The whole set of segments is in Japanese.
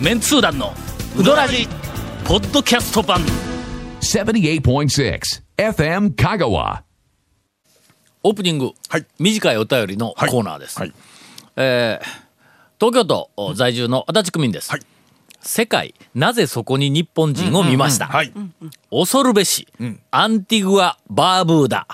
メンツー団のウドラジポッドキャスト版78.6 FM Kagawa. オープニング、はい短いお便りのコはいーナーです、はいえー東京都お在住の足立区民です、はい世界なぜそこに日本人を見ました、はい恐るべし、アンティグア・バーブーダ、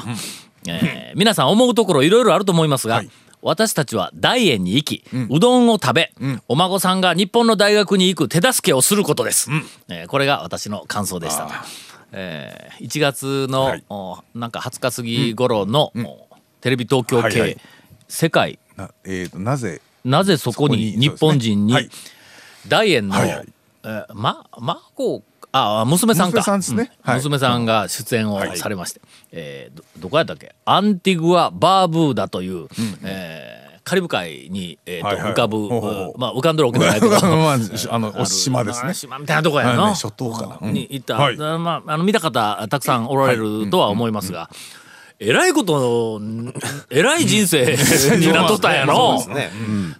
えー皆さん思うところいろいろあると思いますが、はい私たちは大園に行き、うどんを食べ、お孫さんが日本の大学に行く手助けをすることです、えーこれが私の感想でしたとえー1月の、はいおなんか20日過ぎ頃の、おテレビ東京系、はいはい世界なえーとなぜなぜそこに日本人にそうです大円の、はいはいえーままこあ娘さんか娘さんですねうんはい娘さんが出演をされまして、えーどどこやったっけアンティグア・バーブーダという、えーカリブ海に、えーとはいはい浮かぶほうほうほうまあ、浮かんでるわけ じゃない けどまああのお島ですね島みたいなとこやの、はいね初島かなうんに行った、はいまあ、あの見た方たくさんおられるとは思いますが、えらいことんえらい人生になっとったんやのそうですね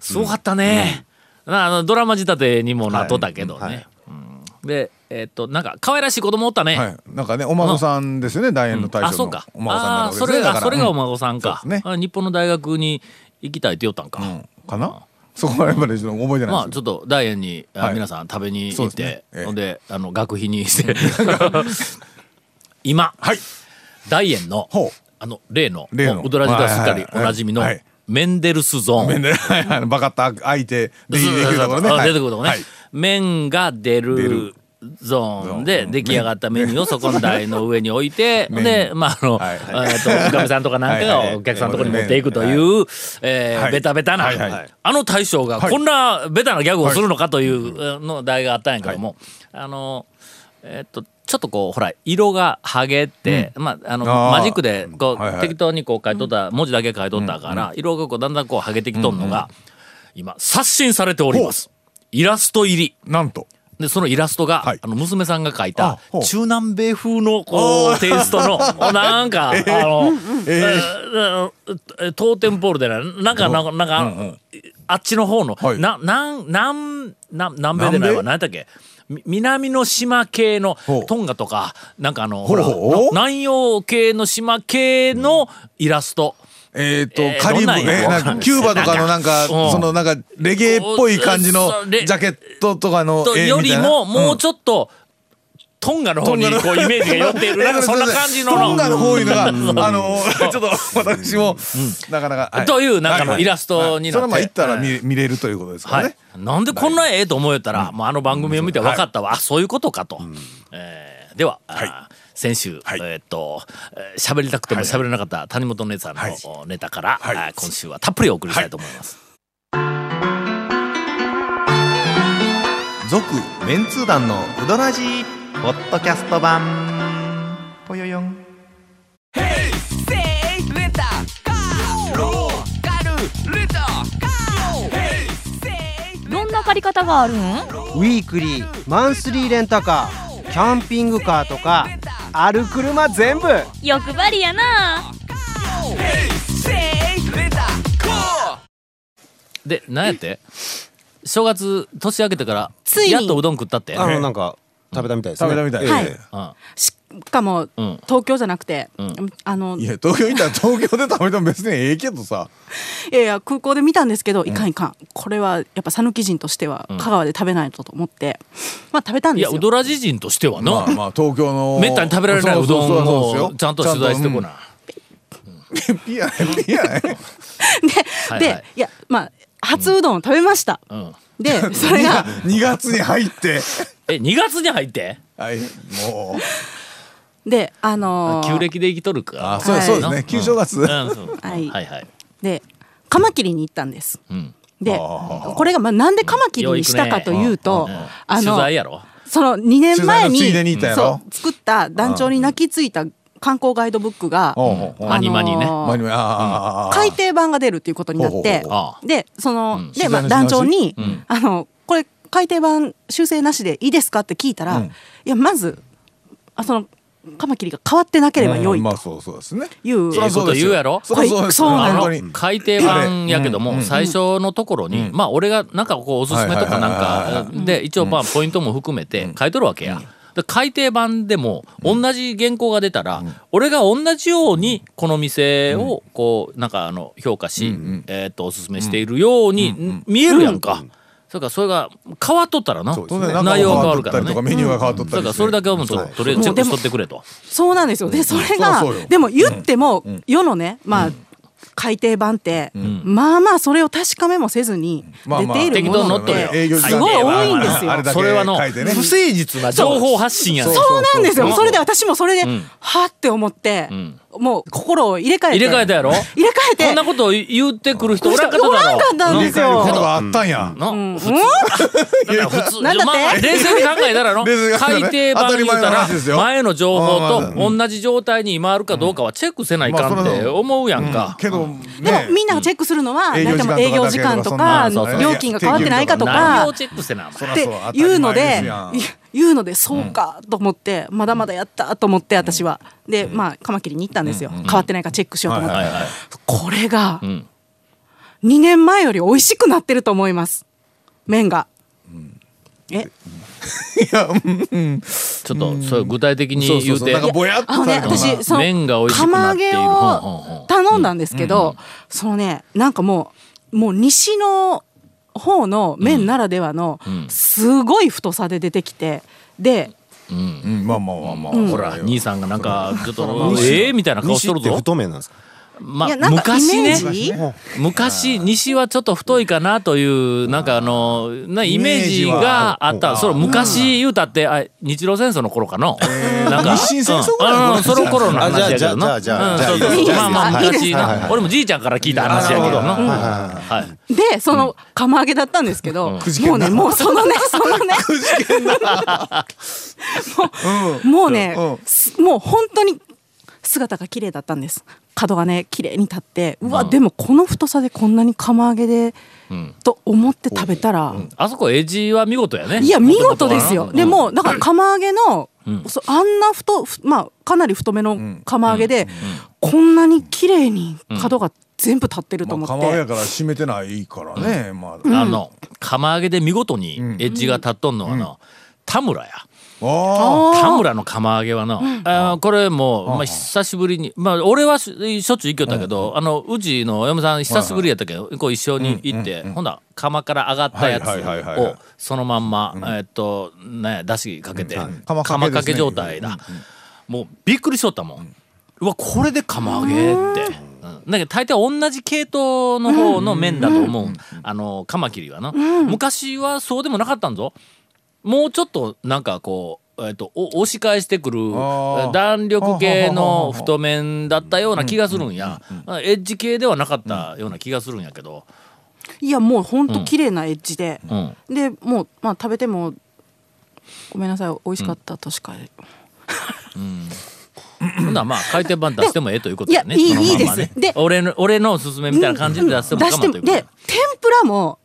すごかったね、なあのドラマ仕立てにもなっとったけどね、はいうんでえっとなんか可愛らしい子供おったね、はいなんかねお孫さんですよね大円の大あ将そうのかお孫さんなあわーけそですれねだがかそられがお孫さんか、そうですねあ日本の大学に行きたいって言ったんか、うんかなそこはやっぱりちょっと覚えてなまいあでちすょけっと大円に、あはい皆さん食べに行そうっですねてええほんであの学費にして 今どはい大円のほうあの例の例のもうウドラジではすっかりおなじみのはいはいはいメンデルスゾーン、面ではいはいバカった相手そうそうそう出てくるところねあはい出てくるとこね、はい麺が出出るるゾーンゾでーン出来上がったメニューをそこの台の上に置いて 麺でまああの、はいえっとおかみさんとかなんかはいはがいお客さんのところに持っていくという、えーはいベタベタな、はいはいあの大将がはいこんなベタなギャグをするのかというえーの題があったんやけども、あのえっとちょっとこうほら色がハゲて、まああのあーマジックでこう、はいはい適当にこう書いとった、文字だけ書いとったから、色がこうだんだんこうハゲてきとんのが、今刷新されておりますイラスト入りなんとでそのイラストが、はいあの娘さんが描いあたほう中南米風のこうテイストのおなんか、あの、えーえートーテンポールでないなんかなんかなんか、あっちの方の、はいななんなんなん南米でないわ南米何だっけみ南の島系のほうトンガとかなんかあのほほうらほうの南洋系の島系のイラスト。えっとえーカリブどんなんやねろなんかキューバとかのなんなかんかうんそのなんかレゲエっぽい感じのそうジレャケットとかのと絵よみたりいなも、うんもうちょっと、トンガの方にこうイメージが寄っている。なんかそんな感じの。トンガの方いうのが、あうんの、ちょっと私も、なかなか。はというなんかのははイラストになってそれはまあ行ったら見見れるということですからはいね。。なんでこんなええと思えたら、もうあの番組を見て分かったわ。あ、そういうことかと。えーでは、あーは先週、はいえーっと、えー喋りたくても喋れなかった谷本姉さんのはいおネタから、はいあー今週はたっぷりお送りしたいと思います。続メンツー団のウドラジーポッドキャスト版ぽよよんどんな借り方があるんウィークリーマンスリーレンタカーキャンピングカーとかある車全部欲張りやなで、なんやって正月、年明けてから、ついにやっとうどん食ったって。あのなんか食べたみたいですね。食べたみたいええではすいうね。んしかも、ん東京じゃなくて、んあのいや、東京行ったら東京で食べても別にええけどさ。いやいや空港で見たんですけど、いかんいかんこれはやっぱ讃岐人としては香川で食べないとと思って、まあ食べたいんでや、すようどらじ人としてはの、まあまあ、東京の。めったに食べられないうどんをちゃんと取材してこない。ない。うんピやない、 ピ やない。はいで、はいいやまあ初うどんを食べました、んでそれが2月に入って。え、2月に入ってはい、もう。であのー旧暦で生きとるか。あ、そうはいそうですね。旧正月。うんそうはいはいはい。でカマキリに行ったんです、んであこれがまあなんでカマキリにしたかというと、うんあ取の材やろ。その2年前に取材のついでに行ったやろそう作った団長に泣きついた観光ガイドブックが、おうおうおうマニマニねマニマニあー改訂版が出るっていうことになってほうほうほうでその、で、まあ、取材団のし直長しに、あのこれ改訂版修正なしでいいですかって聞いたら、いやまずあそのカマキリが変わってなければ良いまあとそうそうですね。いそうそららそそううでですよすいうよやろそらそうですよこれそうなの本当あにの。改訂版やけども、最初のところに、まあ俺がなんかこうおすすめとかなんはいはいはいかで一応まあポイントも含めて書いとるわけや。で改訂版でも同じ原稿が出たら、俺が同じようにこの店をこうなんかあの評価し、えーっとおすすめしているように見えるやんか。それからそれが変わっとったらな、当然なん内容が変わるっかたらりねとか。メニューが変わっとったりして。だからそれだけはもうちょっととりあえずチェックしとってくれと。そうなんですよでそれがそうそうよでも言っても世のねまあ改訂版ってまあまあそれを確かめもせずにまあ出まあているものっ適当に載ってるて営業時間すごい多いんですよあれだけそれはの書いてね不誠実な情報発信やね。そうなんですよ。それで私もそれで、んはーって思って、んもう心を入れ替えて。入れ替えたやろ入れ替えて。こんなことを言ってくる人おおららんんかっかったただだろろなんですよことがあったんや。な普通だから普通なんだってまあまあ冷静に考えたらの 冷静に考えたらね改訂版言う当たり前たのら話ですよ前の情報まあまと同じ状態に今あるかどうかはチェックせないかんって思うやんか。けどでねも。みんながチェックするのは、営大業時体間もとかだけう営業時間とかそんな料金が変わってないかと内か容っチェックせなあかん。らてそう当たり前いうのでですやんい言うのでそうかと思ってまだまだやったと思って私はでまあカマキリに行ったんですよ変わってないかチェックしようと思っはていはいこれがん2年前より美味しくなってると思います麺がちえょっとそれ具体的にそう言そううそうてなんかぼやっとあのさねれたの私その麺が美味しくなっている釜ほんほん揚ほげをん頼んだんですけど、そのねなんかもうもう西の方の麺ならではのすごい太さで出てきてでうんまあまあまあまあほほらら兄さんがなんかちょっと西ええみたいな顔しとる西ってぞ。太麺なんですかまいあやなんかイ昔メね。ージ、昔西はちょっと太いかなというなんかあのなイメージがあったそれ昔言うたってあ日露戦争の頃かのなんか日清戦争ぐらいうんうんその頃の話やけどなあじゃあじゃあうんじゃあそうそうじゃあまあまあいいです昔かなはいはいはい俺もじいちゃんから聞いた話やけどなはいでその釜揚げだったんですけど、もうねもうそ のねそのねもうね、うんすもう本当に姿が綺麗だったんです角がね綺麗に立ってうわ、うんでもこの太さでこんなに釜揚げで、と思って食べたら、あそこエジは見事やねいや見事です元々はよなでもだから釜揚げの、そあんな太ふまあかなり太めの釜揚げで、こんなに綺麗に角が全部立ってると思まっあて、釜やから閉めてないからねまああの釜揚げで見事にエッジが立っとんのはな田村や。あ田村の釜揚げはな、あーこれもう、まあ、久しぶりに、まあ、俺はししょっちゅう行きよったけど、あのうちのお嫁さん久しぶりやったけど、こう一緒に行って、ほんなら釜から上がったやつはいはいはいはいはをいそのまんま、えーっとねだしかけて、釜か釜かけですねけ状態だ、もうびっくりしとったもん、うわこれで釜揚げって。うんだけど大体同じ系統の方の麺だと思う、あのカマキリはな、昔はそうでもなかったんぞもうちょっとなんかこう、えっとお押し返してくるあー弾力系の太麺だったような気がするんやエッジ系ではなかったような気がするんやけど、いやもうほんと綺麗なエッジで、うん、でもう、まあ、食べてもごめんなさい美味しかったとしか、ほんならまあ回転版出してもええということいややいねいそのまんまいいねですで俺の俺のおすすめみたいな感じで出しても出かましとていうこもとで天ぷらも、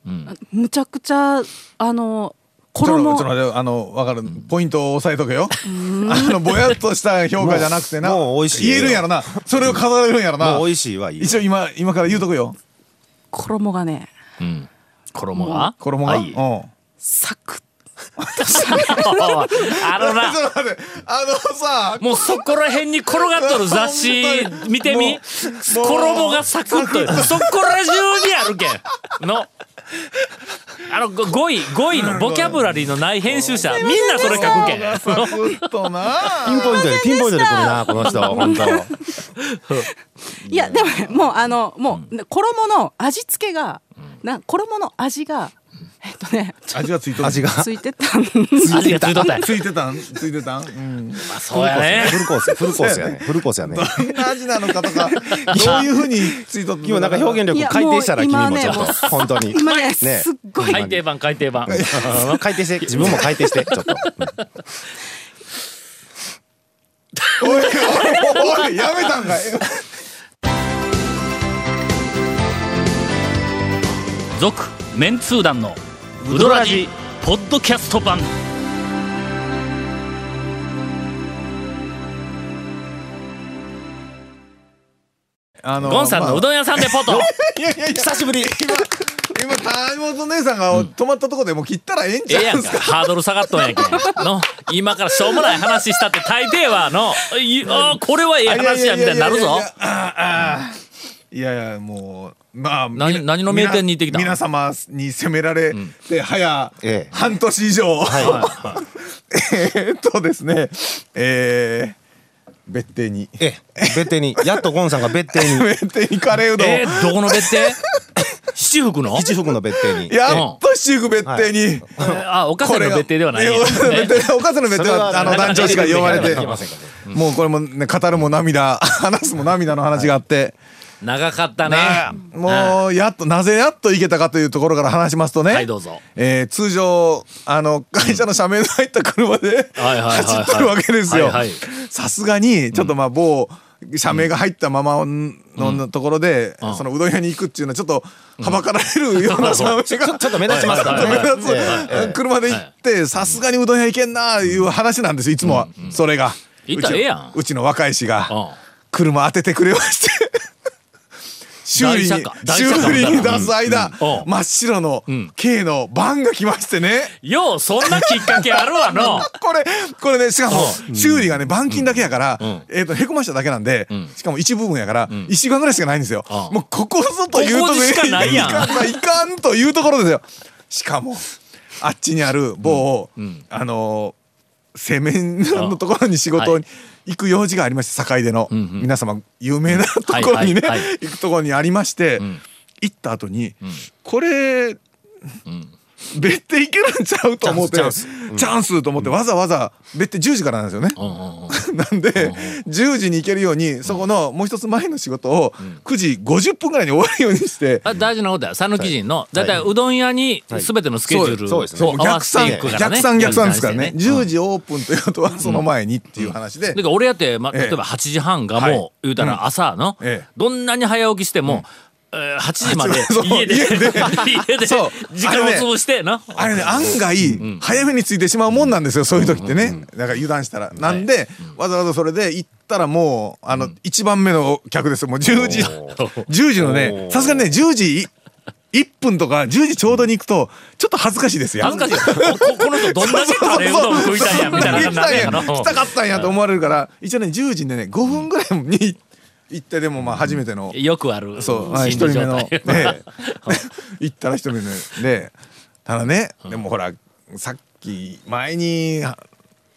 むちゃくちゃあのちょっと衣ちょっと待ってあの分かるポイントを押さえとけよあのぼやっとした評価じゃなくてなもうもう美味しい言えるんやろなそれを飾れるんやろなもう美味しいはいい一応今今から言うとくよ衣がねうん衣が衣があういいんあサクッ あのなのさもうそこら辺に転がっとる雑誌見てみ衣がサクッとそこら中にあるけんのあの5位5位のボキャブラリーのない編集者みんなそれ書くけんサクッとなピンポイントでピンポイントで来るなこの人本当いやでもねもうあのもう、衣の味付けが、な衣の味がえっとねちょっ味がついとる味がとついてたんで味がついとったんやついてたんついてたんうんまあそうやねフルコースフルコースやねフルコースやねどんな味なのかとかどういうふうについとって今なんか表現いや力改定したらもう君今もちょっねもうと本当に今ねねすっごい、改訂版改訂版 改定して自分も改定してちょっとおいおいおいやめたんかい続メンツー団のウドラジポッドキャスト版あのゴンさんのうどん屋さんレポート。久しぶり。今谷本姉さんが止まったとこでもう切ったらええんえちゃえや うんんすかかハードル下がっとんやけんの今からしょうもない話したって大抵はのいあこれはええ 話やみたいになるいやぞいやいやいやあーいやいやもうまあ何何の名店に行ってきた皆皆様に責められて早ええ半年以上は えーっとですねえー別邸に ええ、別邸に、やっとゴンさんが別邸に、別邸にカレーうどんえーどこの別 邸七福の七福の別邸に。やっと七福別邸にあお母さんの別邸ではないんやお母さんの別邸お母さんの別邸それはあの な団かなか長しか呼ばれてできませんからねもうこれもね語るも涙 話すも涙の話があって、長かったねなあもうやっとなぜやっと行けたかというところから話しますとね、はいどうぞえー通常あの会社の社名の入った車ではいはいはいはい走っとるわけですよはいはい。さすがにちょっとまあ某社名が入ったままののところで、そのうどん屋に行くっていうのはちょっとはばかられるような社名が、ちょっちょっと目立ちますからはね。いはいと目立つええええ車で行ってさすがにうどん屋行けんなあいう話なんですよいつもはそれが行ったらええやんうちの若い氏がうん車当ててくれまして修理 に台車か台車か修理に出す間、うんうん真っ白のん K のバンが来ましてね、ようそんなきっかけあるわの これこれねしかも修理がね板金だけやから、んえー、とへこましただけなんで、んしかも一部分やから、一番ぐらいしかないんですよ、ああもうここぞということこにしかないやんかんないかんというところですよしかもあっちにある某、あのー製麺のところに仕事はに行く用事がありまして堺での、んうん皆様有名なところにね、はいはいはい行くところにありまして、ん行った後に、これ別邸行けるんちゃうと思ってチチャャンンスス,、と思ってわざわざ別邸10時からなんですよね。うんうんうん なんで10時に行けるようにそこのもう一つ前の仕事を9時50分ぐらいに終わるようにして。あ大事なことや讃岐人の大体うどん屋に全てのスケジュールそうですそうですねを合わ逆せ算ていくからね逆算逆算ですからね逆算して10時オープンということはその前にっていう話でだから俺やって、まあ、ええ例えば8時半がもう、はい言うたら朝の、ええどんなに早起きしても、えー8時までそう家で家 家ででそう時間を潰してな、あれね案外早めに着いてしまうもんなんですよそういう時ってねだから油断したらなんでわざわざそれで行ったらもうあの一番目の客ですよもう10時10時の ねさすがにね10時1分とか10時ちょうどに行くとちょっと恥ずかしいですよ恥ずかしいよここの人どんだけカレーうどん食いたいんやみたいな感じやな来たかったんやと思われるから一応ね10時でね5分ぐらいに行ってでもまあ初めてのよくあるそうはい一心理人目状 の態ね 行ったら一人目でただねでもほらさっき前には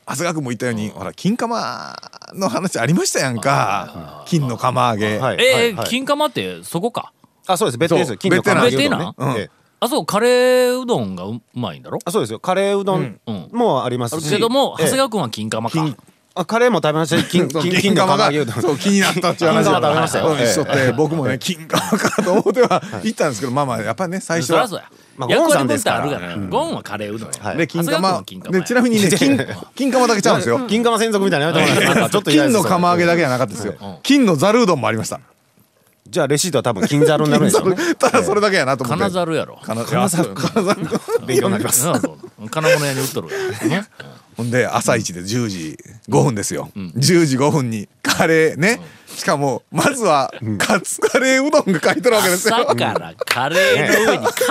長谷川君も言ったようにほら金釜の話ありましたやんか金の釜揚げはいえはいー金釜ってそこかあ、そうです。別邸ですそうよ。金魚ベテランねベテランうんええあそうカレーうどんがうまいんだろあ、そうですよ。カレーうどんうんもありますし。けども長ええ谷川君は金釜か、あカレーも食べましたし、金そう金金の釜揚げうどん。そう気になったっていう話金玉食べましたようん一緒って僕もね金釜かと思っては行ったんですけどまあまあやっぱりね最初そりゃはそうや、まあ役ゴンさ割分んです担かあらるから、ゴンはカレーうどんや、はいで金長谷川君玉は金釜でちなみ にね金金釜だけちゃうんですよ銀釜専属みたいなのやめてもらえますかちょっと嫌で金すの釜揚げだけじゃなかったですよ金のざるうどんもありましたじゃあレシートは多分金ざるになるんでしょうねただそれだけやなと思って金ざるやろ金金ざる金ざる勉強になりますそうそう金物屋に売っ とるからねほんで朝一で10時5分ですよ、10時5分にカレーね、しかもまずはカツカレーうどんが書いてるわけですよ、朝からカレーの上にカツ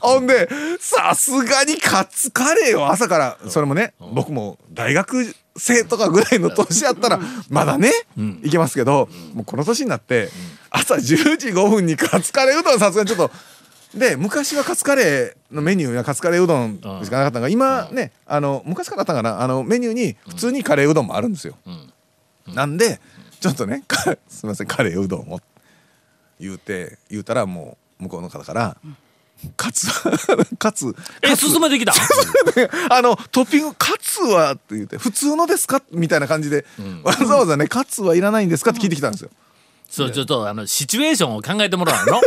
ほんでさすがにカツカレーを朝からそれもね、僕も大学生とかぐらいの年やったらまだね、いけますけど、もうこの年になって朝10時5分にカツカレーうどんはさすがにちょっと。で昔はカツカレーのメニューやカツカレーうどんしかなかったのが今ねあの昔からあったかなあのメニューに普通にカレーうどんもあるんですよ。なんでちょっとね か「すみませんカレーうどんを」言うて言うたらもう向こうの方から「カツ はカツ え進めてきたあのトッピングカツは」って言って「普通のですか?」みたいな感じで、わざわざね「カツはいらないんですか?」って聞いてきたんですよ。そうちょっとあのシチュエーションを考えてもらうの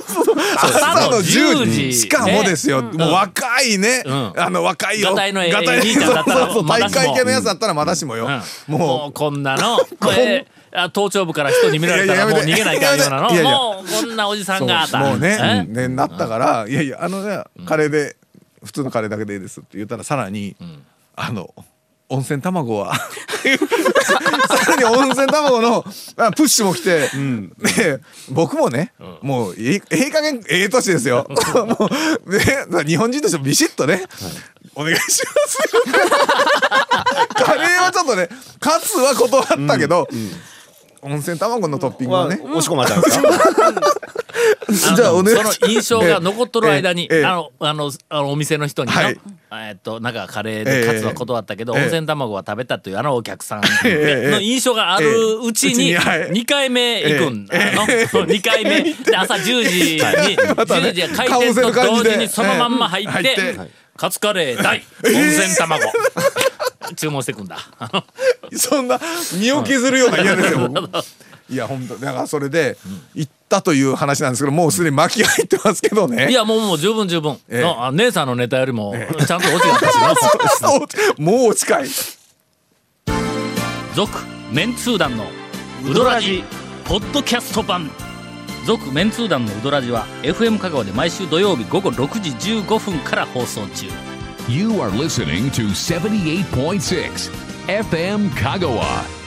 朝朝のの10 10時時しかもですよ、もう若いね、うんあの若いよガタイのええガタイ兄ちゃんだったらそうそうまだ大しも会系のやつだったらまだしもよ、うんももうこんなのこれあ頭頂部から人に見られたらもう逃げないかんようなのいやいやいやもうこんなおじさうそんうがあたもうねえねなったから、いやいやあのねカレーで普通のカレーだけでいいですって言ったらさらに、あの温泉卵はさらに温泉卵のあプッシュも来て、で僕もね、もうええええ加減ええ年ですよもう、ね、日本人としてもビシッとね、お願いしますカレーはちょっとねカツは断ったけど、温泉卵のトッピングはね、押し込まれたんですか。じゃあお願そいしまのす印象が残っとる間に、ええええあのあのあのお店の人にの、はいえっとなんかカレーでカツは断ったけど、ええ温泉卵は食べたというあのお客さんええの印象があるうちえにえうちにはい2回目行くんだの、2回目で朝10時に、 またね10時開店と同時にそのまんま入って,、入ってカツカレー大温泉 卵、注文してくんだ。そんな身を削るような嫌ですよ。僕 いや本当だからそれで行ったという話なんですけどもうすでに巻き入ってますけどね。いやもうもう十分十分、ええのあ姉さんのネタよりもちゃんと落ちがあったしな もう近い。続メンツー団のウドラジポッドキャスト版続メンツー団のウドラジは FM 香川で毎週土曜日午後6時15分から放送中 You are listening to 78.6 FM Kagawa.